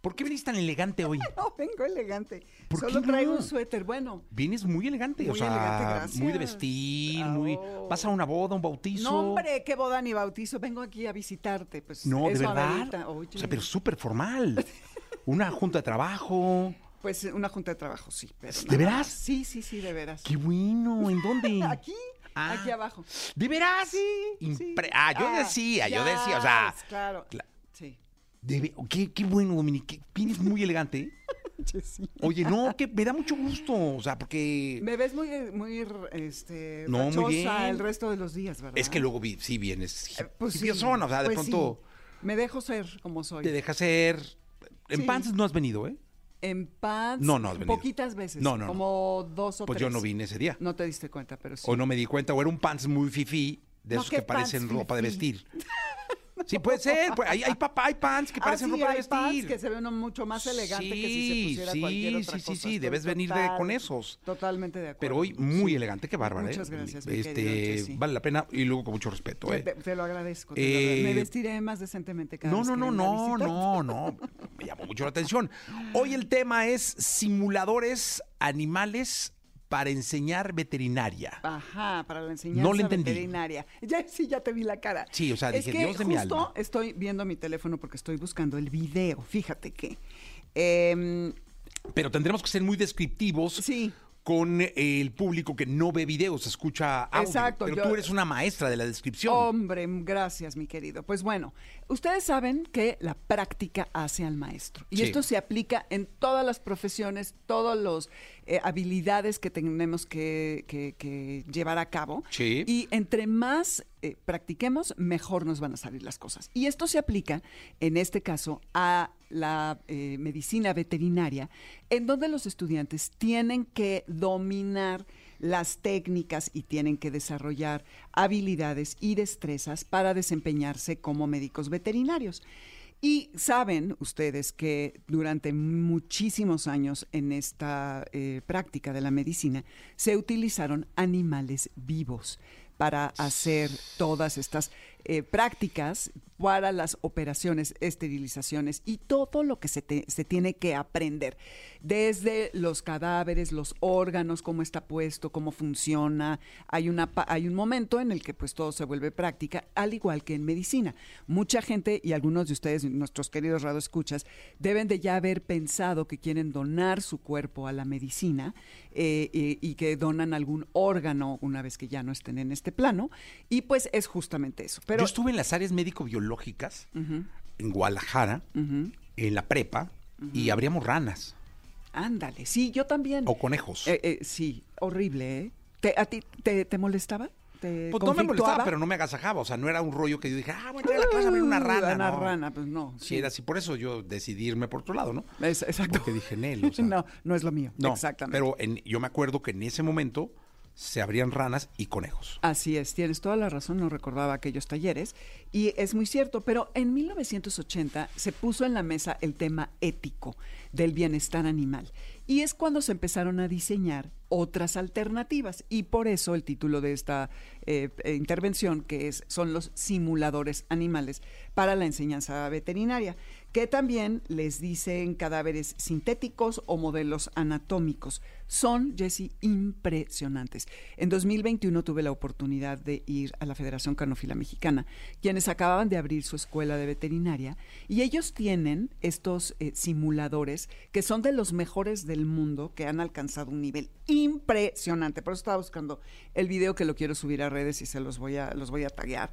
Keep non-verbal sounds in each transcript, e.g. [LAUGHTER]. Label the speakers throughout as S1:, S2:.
S1: ¿Por qué vienes tan elegante hoy?
S2: [LAUGHS] No vengo elegante.
S1: ¿Por
S2: Solo
S1: qué
S2: traigo
S1: no?
S2: un suéter. Bueno,
S1: Vienes muy elegante, o
S2: Muy
S1: sea,
S2: elegante, gracias.
S1: muy de vestir, muy.
S2: Oh.
S1: Vas a una boda, un bautizo.
S2: no, hombre, qué boda ni bautizo. Vengo aquí a visitarte. Pues
S1: No, de
S2: eso
S1: verdad.
S2: amerita.
S1: O
S2: Oye,
S1: sea, pero súper formal. Una junta de trabajo.
S2: Pues una junta de trabajo, sí. pero
S1: ¿De
S2: nada
S1: veras?
S2: más. Sí, sí, sí, de veras.
S1: Qué bueno. ¿En dónde?
S2: [LAUGHS] Aquí,
S1: Ah.
S2: aquí abajo.
S1: ¿De veras?
S2: Sí,
S1: Impre-
S2: sí.
S1: Ah, yo
S2: Ah,
S1: decía, yo
S2: ya
S1: decía, o sea.
S2: ves, Claro.
S1: cla-
S2: Sí.
S1: de ve- oh, qué, qué bueno, Dominic. qué- Vienes muy elegante.
S2: [LAUGHS]
S1: ¿eh? Oye, no, que me da mucho gusto. O sea, porque.
S2: Me ves muy, eh, muy este,
S1: No, muy
S2: rachosa
S1: bien.
S2: el resto de los días, ¿verdad?
S1: Es que luego vi- sí vienes.
S2: Eh, Pues sí.
S1: hipiosona, o sea, de
S2: pues sí.
S1: pronto
S2: Me dejo ser como soy.
S1: te deja ser. En
S2: Sí.
S1: pants no has venido, ¿eh?
S2: En paz.
S1: No, no has venido.
S2: Poquitas veces.
S1: No, no, no.
S2: Como dos o
S1: Pues
S2: tres.
S1: yo no vine ese día.
S2: No te diste cuenta, pero sí.
S1: O no me di cuenta, o era un pants muy fifí, de
S2: No,
S1: esos
S2: ¿qué
S1: que parecen
S2: pants
S1: ropa de
S2: fifí?
S1: vestir.
S2: [LAUGHS]
S1: Sí, puede ser. pues, hay, hay papá, hay pants que
S2: Ah,
S1: parecen
S2: sí,
S1: ropa de
S2: hay pants
S1: vestir.
S2: que se ve uno mucho más elegante que si se
S1: Sí,
S2: pusiera
S1: sí,
S2: cualquier otra
S1: sí, sí,
S2: cosa.
S1: sí,
S2: Estoy
S1: debes venir de- con esos.
S2: Totalmente de acuerdo.
S1: Pero hoy muy
S2: Sí.
S1: elegante, qué bárbaro, ¿eh?
S2: Muchas gracias, mi querido
S1: Este,
S2: Jessy.
S1: vale la pena y luego con mucho respeto,
S2: Te-
S1: ¿eh?
S2: Te, te lo agradezco. te lo
S1: Eh,
S2: agradezco. Me vestiré más decentemente cada
S1: No,
S2: vez
S1: no,
S2: que
S1: no,
S2: venga a
S1: no,
S2: visitarte.
S1: no, no. Me llamó mucho la atención. Hoy el tema es simuladores animales para enseñar veterinaria.
S2: Ajá, para la enseñanza
S1: No le entendí.
S2: veterinaria. Ya sí, ya te vi la cara.
S1: Sí, o sea,
S2: es
S1: dije,
S2: que
S1: Dios de mi
S2: justo
S1: alma.
S2: Estoy viendo mi teléfono porque estoy buscando el video. Fíjate que. em,
S1: Pero tendremos que ser muy descriptivos
S2: sí.
S1: con el público que no ve videos, escucha audio.
S2: Exacto,
S1: Pero
S2: yo- Oh,
S1: tú eres una maestra de la descripción.
S2: Hombre, gracias, mi querido. Pues bueno, ustedes saben que la práctica hace al maestro. Y
S1: Sí.
S2: esto se aplica en todas las profesiones, todas las habilidades que tenemos que, que- que llevar a cabo.
S1: Sí.
S2: Y entre más eh, practiquemos, mejor nos van a salir las cosas. Y esto se aplica, en este caso, a la eh, medicina veterinaria, en donde los estudiantes tienen que dominar las técnicas y tienen que desarrollar habilidades y destrezas para desempeñarse como médicos veterinarios. Y saben ustedes que durante muchísimos años en esta eh, práctica de la medicina se utilizaron animales vivos para hacer todas estas eh, prácticas para las operaciones, esterilizaciones y todo lo que se, te- se tiene que aprender, desde los cadáveres, los órganos, cómo está puesto, cómo funciona. Hay, una, pa- hay un momento en el que pues todo se vuelve práctica, al igual que en medicina. Mucha gente y algunos de ustedes, nuestros queridos radioescuchas, deben de ya haber pensado que quieren donar su cuerpo a la medicina eh, eh, y que donan algún órgano una vez que ya no estén en este plano. Y pues es justamente eso. Pero
S1: Yo estuve en las áreas médico-biológicas,
S2: Ujú,
S1: en Guadalajara,
S2: ujú.
S1: en la prepa, y abríamos ranas
S2: Ándale, sí, yo también.
S1: o conejos.
S2: Eh, eh, sí, horrible, ¿eh? ¿Te- ¿A ti te, te molestaba? ¿Te
S1: pues no me molestaba,
S2: eh, conflictuaba? Uh,
S1: pero no me agasajaba. O sea, no era un rollo que yo dije, ah, voy a entrar a la clase a abrir una rana.
S2: Una
S1: no.
S2: rana, pues no.
S1: Sí, era así. Por eso yo decidí irme por otro lado, ¿no?
S2: Es- exacto.
S1: Porque dije, "Nel, o sea".
S2: [LAUGHS] no, no es lo mío.
S1: No,
S2: Exactamente.
S1: Pero en- yo me acuerdo que en ese momento se abrían ranas y conejos.
S2: Así es, tienes toda la razón, no recordaba aquellos talleres y es muy cierto, pero en 1980 se puso en la mesa el tema ético del bienestar animal y es cuando se empezaron a diseñar otras alternativas y por eso el título de esta eh, eh, intervención que es son los simuladores animales para la enseñanza veterinaria que también les dicen cadáveres sintéticos o modelos anatómicos. Son, Jesse, impresionantes. En 2021 tuve la oportunidad de ir a la Federación Canófila Mexicana, quienes acababan de abrir su escuela de veterinaria, y ellos tienen estos eh, simuladores que son de los mejores del mundo, que han alcanzado un nivel impresionante. Por eso estaba buscando el video que lo quiero subir a redes y se los voy a, los voy a taguear.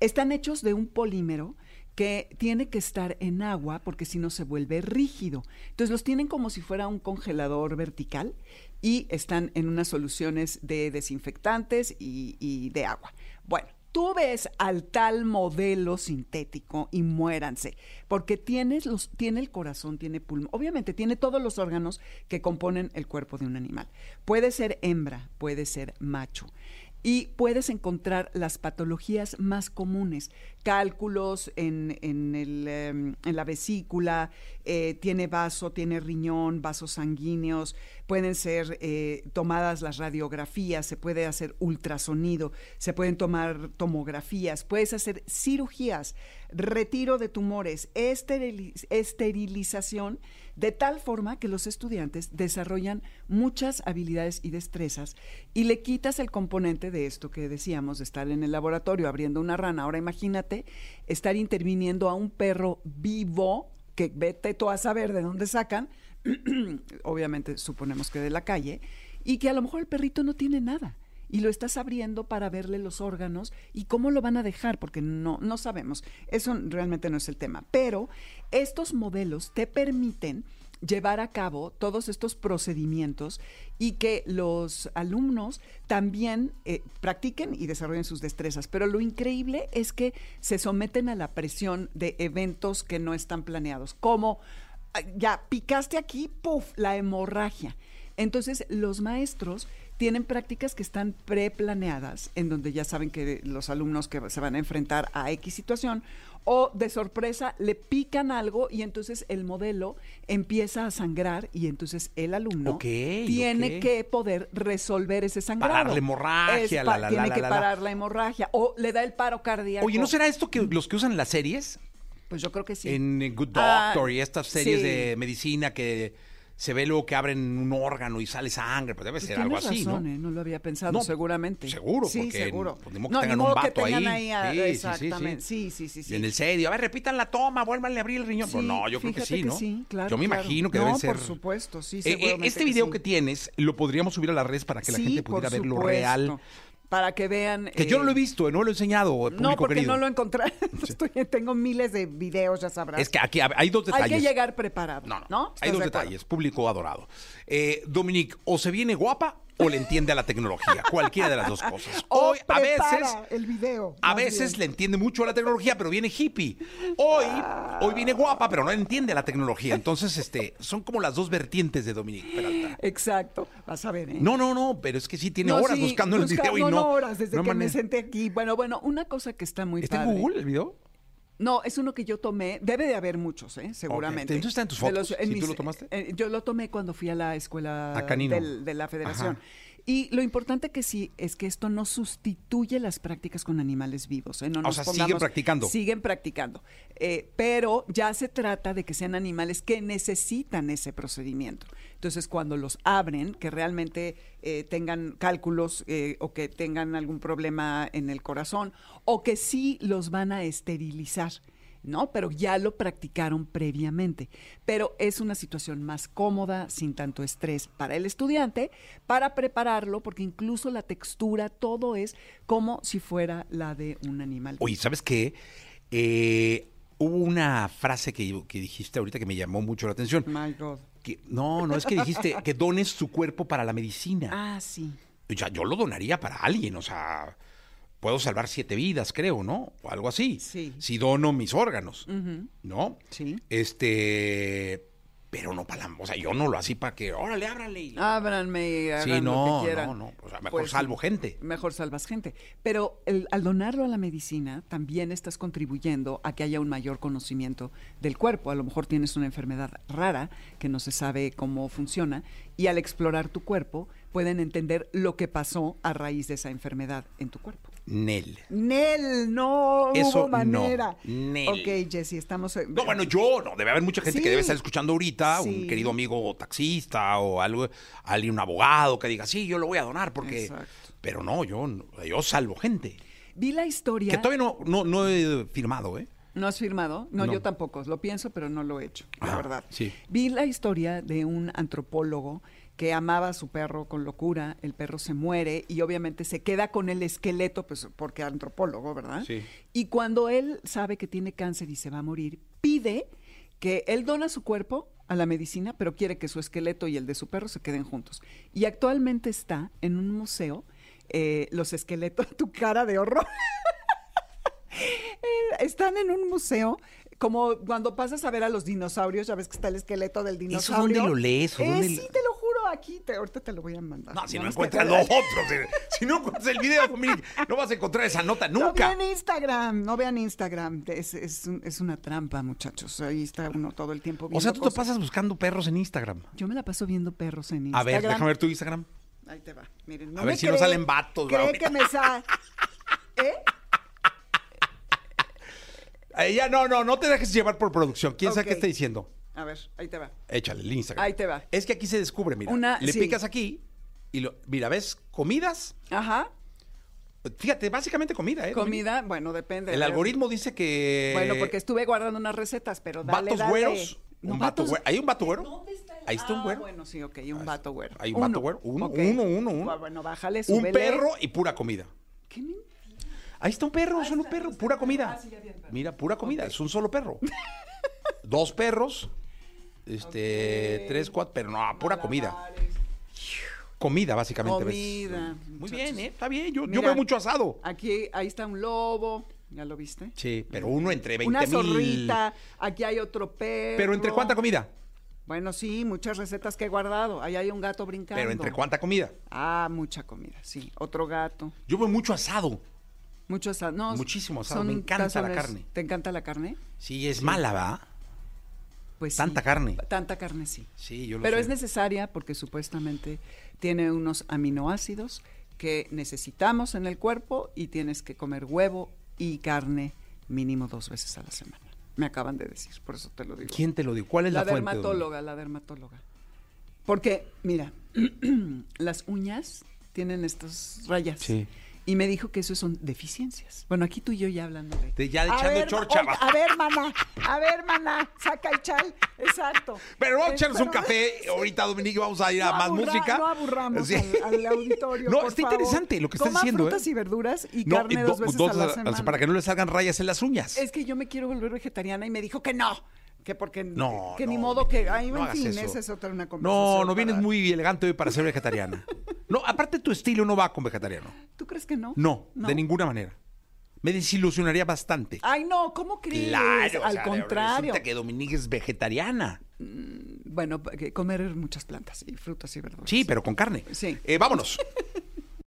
S2: Están hechos de un polímero que tiene que estar en agua porque si no se vuelve rígido. Entonces los tienen como si fuera un congelador vertical y están en unas soluciones de desinfectantes y, y de agua. Bueno, tú ves al tal modelo sintético y muéranse, porque tienes los, tiene el corazón, tiene pulmón, obviamente tiene todos los órganos que componen el cuerpo de un animal. Puede ser hembra, puede ser macho. Y puedes encontrar las patologías más comunes, cálculos en, en, el, eh, en la vesícula, eh, tiene vaso, tiene riñón, vasos sanguíneos, pueden ser eh, tomadas las radiografías, se puede hacer ultrasonido, se pueden tomar tomografías, puedes hacer cirugías, retiro de tumores, esteriliz- esterilización, de tal forma que los estudiantes desarrollan muchas habilidades y destrezas y le quitas el componente de esto que decíamos, de estar en el laboratorio abriendo una rana. Ahora imagínate estar interviniendo a un perro vivo que vete tú a saber de dónde sacan, obviamente suponemos que de la calle, y que a lo mejor el perrito no tiene nada. Y lo estás abriendo para verle los órganos y cómo lo van a dejar, porque no, no sabemos. Eso realmente no es el tema. Pero estos modelos te permiten llevar a cabo todos estos procedimientos y que los alumnos también eh, practiquen y desarrollen sus destrezas. Pero lo increíble es que se someten a la presión de eventos que no están planeados, como ah, ya picaste aquí, puff, la hemorragia. Entonces los maestros tienen prácticas que están preplaneadas, en donde ya saben que los alumnos que se van a enfrentar a X situación, o de sorpresa le pican algo y entonces el modelo empieza a sangrar y entonces el alumno
S1: Ok,
S2: tiene
S1: ok.
S2: que poder resolver ese sangrado.
S1: Parar la hemorragia,
S2: Es
S1: la, la,
S2: pa-
S1: la,
S2: Tiene
S1: la,
S2: que
S1: la, la.
S2: parar la hemorragia o le da el paro cardíaco.
S1: Oye, ¿no será esto que los que usan las series?
S2: Pues yo creo que sí.
S1: En eh, Good
S2: Ah,
S1: Doctor y estas series
S2: sí.
S1: de medicina que se ve luego que abren un órgano y sale sangre, pues debe
S2: Pues
S1: ser algo
S2: tienes
S1: así,
S2: razón,
S1: ¿no?
S2: ¿eh? lo había pensado,
S1: No,
S2: seguramente.
S1: seguro,
S2: sí,
S1: porque
S2: seguro.
S1: pues, ni modo que
S2: no,
S1: tengan
S2: ni
S1: un
S2: modo que
S1: vato ahí.
S2: tengan ahí. a-
S1: Sí, sí, sí, sí.
S2: exactamente. Sí, sí, sí, sí.
S1: Y en el serio, a ver, repitan la toma, vuélvanle a abrir el riñón. Pero
S2: Sí,
S1: no, yo creo que
S2: fíjate
S1: sí,
S2: que
S1: ¿no?
S2: sí, claro,
S1: yo me
S2: claro.
S1: imagino que
S2: No,
S1: deben ser.
S2: por supuesto, sí,
S1: Eh, eh,
S2: seguramente
S1: este
S2: que
S1: video
S2: sí.
S1: que tienes lo podríamos subir a las redes para que la
S2: Sí,
S1: gente
S2: por
S1: pudiera ver lo
S2: supuesto.
S1: real.
S2: Para que vean.
S1: Que yo no lo he
S2: eh,
S1: visto, eh, no lo he enseñado, eh, público
S2: No, porque
S1: querido.
S2: no lo encontré. [LAUGHS] Estoy- tengo miles de videos, ya sabrás.
S1: Es que aquí a- hay dos detalles.
S2: Hay que llegar preparado.
S1: No, no.
S2: ¿Estás
S1: Hay dos
S2: de acuerdo?
S1: detalles, público adorado. Eh, Dominique, o se viene guapa o le entiende a la tecnología. cualquiera de las dos cosas.
S2: [LAUGHS] O
S1: Hoy, a
S2: prepara
S1: veces.
S2: El video.
S1: A
S2: más
S1: veces
S2: bien.
S1: le entiende mucho a la tecnología, pero viene hippie. Hoy,
S2: Ah.
S1: hoy viene guapa, pero no entiende la tecnología. Entonces, este, son como las dos vertientes de Dominique Peralta.
S2: Exacto. Vas a ver, ¿eh?
S1: No, no, no, pero es que sí tiene
S2: No,
S1: horas
S2: sí,
S1: buscando el
S2: busca-
S1: video y no.
S2: no, no, horas desde
S1: no hay
S2: que me
S1: manera.
S2: senté aquí. Bueno, bueno, una cosa que está muy
S1: ¿Está en
S2: padre.
S1: Google el video?
S2: No, es uno que yo tomé. Debe de haber muchos, ¿eh? Seguramente.
S1: Ok. Entonces, ¿está en tus
S2: De
S1: fotos, si tú lo tomaste?
S2: eh, yo lo tomé cuando fui a la escuela
S1: A Canino.
S2: del- de la federación.
S1: Ajá.
S2: Y lo importante que sí es que esto no sustituye las prácticas con animales vivos. ¿eh? No
S1: O
S2: nos
S1: sea, siguen
S2: pongamos,
S1: practicando.
S2: Siguen practicando. Eh, pero ya se trata de que sean animales que necesitan ese procedimiento. Entonces, cuando los abren, que realmente eh, tengan cálculos eh, o que tengan algún problema en el corazón, o que sí los van a esterilizar. ¿no? Pero ya lo practicaron previamente. Pero es una situación más cómoda, sin tanto estrés para el estudiante, para prepararlo, porque incluso la textura, todo es como si fuera la de un animal.
S1: Oye, ¿sabes qué? Eh, hubo una frase que, que dijiste ahorita que me llamó mucho la atención.
S2: My God.
S1: Que, no, no, es que dijiste que dones tu cuerpo para la medicina.
S2: Ah, sí.
S1: ya, yo lo donaría para alguien, o sea, puedo salvar siete vidas, creo, ¿no? O algo así.
S2: Sí. Mm.
S1: Si dono mis órganos, ¿no?
S2: Sí.
S1: Este, pero no para la, o sea, yo no lo así para que, órale, ábrale. y-
S2: Ábranme y hagan
S1: sí,
S2: lo
S1: no,
S2: que quieran.
S1: no, no, o sea, mejor
S2: Pues sí.
S1: salvo gente.
S2: Mejor salvas gente. Pero el- al donarlo a la medicina, también estás contribuyendo a que haya un mayor conocimiento del cuerpo. A lo mejor tienes una enfermedad rara que no se sabe cómo funciona y al explorar tu cuerpo pueden entender lo que pasó a raíz de esa enfermedad en tu cuerpo.
S1: Nel.
S2: Nel, no
S1: Eso no.
S2: hubo manera.
S1: Nel.
S2: Ok, Jessy, estamos...
S1: No, bueno, yo no. Debe haber mucha gente que
S2: Sí.
S1: debe estar escuchando ahorita,
S2: Sí.
S1: un querido amigo taxista o algo, alguien, un abogado que diga, sí, yo lo voy a donar porque.
S2: Exacto.
S1: Pero no, yo, no- yo salvo gente.
S2: Vi la historia...
S1: Que todavía no, no, no he firmado, ¿eh?
S2: ¿No has firmado? No,
S1: No.
S2: yo tampoco. Lo pienso, pero no lo he hecho, la
S1: Ajá,
S2: verdad.
S1: sí.
S2: Vi la historia de un antropólogo que amaba a su perro con locura, el perro se muere y obviamente se queda con el esqueleto, pues porque antropólogo, ¿verdad?
S1: Sí.
S2: Y cuando él sabe que tiene cáncer y se va a morir, pide que él dona su cuerpo a la medicina, pero quiere que su esqueleto y el de su perro se queden juntos. Y [LAUGHS] actualmente está en un museo eh, los esqueletos, tu cara de horror. Eh, Están en un museo, como cuando pasas a ver a los dinosaurios, ya ves que está el esqueleto del
S1: ¿Eso
S2: dinosaurio.
S1: dónde lo lees? ¿O
S2: Eh,
S1: dónde
S2: sí,
S1: lo-
S2: te lo juro, aquí, te- ahorita te lo voy a mandar.
S1: No, si no,
S2: Ah, es que-
S1: encuentras lo otro, si, si no encuentras el video, Dominique, no vas a encontrar esa nota nunca.
S2: No vean Instagram, no vean Instagram. Es, es un- es una trampa, muchachos. Ahí está uno todo el tiempo viendo
S1: o sea, tú te
S2: cosas.
S1: pasas buscando perros en Instagram.
S2: Yo me la paso viendo perros en
S1: A
S2: Instagram.
S1: ver, déjame ver tu Instagram.
S2: Ahí te va. Miren, no
S1: A
S2: me
S1: ver si no
S2: cree-
S1: salen vatos,
S2: Cree
S1: Raúl.
S2: que me
S1: [LAUGHS]
S2: sale. ¿Eh?
S1: A Ella, Eh, no, no, no te dejes llevar por producción. ¿Quién sabe
S2: Ok.
S1: qué está diciendo?
S2: A ver, ahí te va.
S1: Échale el Instagram.
S2: Ahí te va.
S1: Es que aquí se descubre, mira.
S2: Una-
S1: le
S2: sí.
S1: picas aquí y lo, mira, ves comidas.
S2: Ajá.
S1: Fíjate, básicamente comida, ¿eh?
S2: Comida, bueno, depende.
S1: El algoritmo dice que.
S2: Bueno, porque estuve guardando unas recetas, pero dale,
S1: Eh, vatos
S2: dale.
S1: güeros.
S2: No,
S1: un vato
S2: vatos-
S1: güero. ¿Hay un vato güero?
S3: ¿Dónde está el-
S1: Ahí está un
S3: Ah,
S1: güero.
S2: Bueno, sí, ok, un vato güero. Ah,
S1: Hay un vato güero. Uno, uno, uno, uno.
S2: Bueno, bájale,
S1: un
S2: pues súbele.
S1: perro y pura comida.
S2: ¿Qué men-
S1: Ahí está un perro, solo un perro, pura comida.
S2: Ah, sí, ya vi el perro.
S1: Mira, pura comida, es un solo
S2: [LAUGHS]
S1: perro. Dos perros, este, tres, cuatro, pero no, pura comida.
S2: Malabares.
S1: Comida, básicamente. ves.
S2: Comida,
S1: Muy
S2: muchachos.
S1: bien, ¿eh? Está bien, yo, yo
S2: Mira.
S1: veo mucho asado.
S2: Aquí, ahí está un lobo, ¿ya lo viste?
S1: Sí, pero uno entre 20
S2: Una
S1: mil.
S2: zorrita, aquí hay otro perro.
S1: Pero entre cuánta comida?
S2: Bueno, sí, muchas recetas que he guardado. Ahí hay un gato brincando.
S1: Pero entre cuánta comida.
S2: Ah, mucha comida, sí. Otro gato.
S1: Yo veo mucho asado.
S2: Mucho asado. No,
S1: Muchísimo asado, me encanta la carne.
S2: ¿Te encanta la carne?
S1: Sí, es mala, ¿va?
S2: Pues sí.
S1: Tanta carne.
S2: Tanta carne, sí.
S1: Sí, yo lo
S2: Pero
S1: sé.
S2: es necesaria porque supuestamente tiene unos aminoácidos que necesitamos en el cuerpo y tienes que comer huevo y carne mínimo dos veces a la semana. Me acaban de decir, por eso te lo digo.
S1: ¿Quién te lo dio? ¿Cuál es la,
S2: La
S1: fuente? Dominique?
S2: dermatóloga, la dermatóloga. Porque, mira, [CLEARS THROAT] las uñas tienen estas rayas.
S1: Sí.
S2: Y me dijo que eso son deficiencias. Bueno, aquí tú y yo ya hablando de...
S1: Te- ya
S2: A
S1: echando
S2: ver,
S1: chorcha,
S2: oiga,
S1: va.
S2: A ver, maná, a ver, maná, saca el chal. Exacto.
S1: Pero vamos a echarnos un
S2: Eh, Pero-
S1: café. Ahorita, Dominique, vamos a ir a
S2: No
S1: más
S2: aburra-
S1: música.
S2: No aburramos
S1: Sí.
S2: al, al auditorio.
S1: [LAUGHS] No,
S2: por
S1: está
S2: favor.
S1: interesante lo que estás
S2: Coma
S1: diciendo,
S2: frutas
S1: ¿eh?
S2: y verduras y
S1: No,
S2: carne
S1: y
S2: dos
S1: do-
S2: veces
S1: dos
S2: a la
S1: a-
S2: semana.
S1: Para que no le salgan rayas en las uñas.
S2: Es que yo me quiero volver vegetariana y me dijo que no. Que porque
S1: No,
S2: que ni
S1: no,
S2: modo que ay,
S1: no
S2: en
S1: hagas
S2: fin,
S1: eso.
S2: esa es otra una conversación.
S1: no, no vienes
S2: para-
S1: muy elegante hoy para ser
S2: [LAUGHS]
S1: vegetariana. No, aparte tu estilo no va con vegetariano.
S2: ¿Tú crees que no?
S1: No, de ninguna manera. Me desilusionaría bastante.
S2: Ay, no, ¿cómo crees?
S1: Claro, o
S2: Al
S1: sea,
S2: contrario.
S1: Resulta que Dominique es vegetariana.
S2: Bueno, que comer muchas plantas y frutas y verduras.
S1: Sí, pero con carne.
S2: Sí.
S1: Eh, vámonos.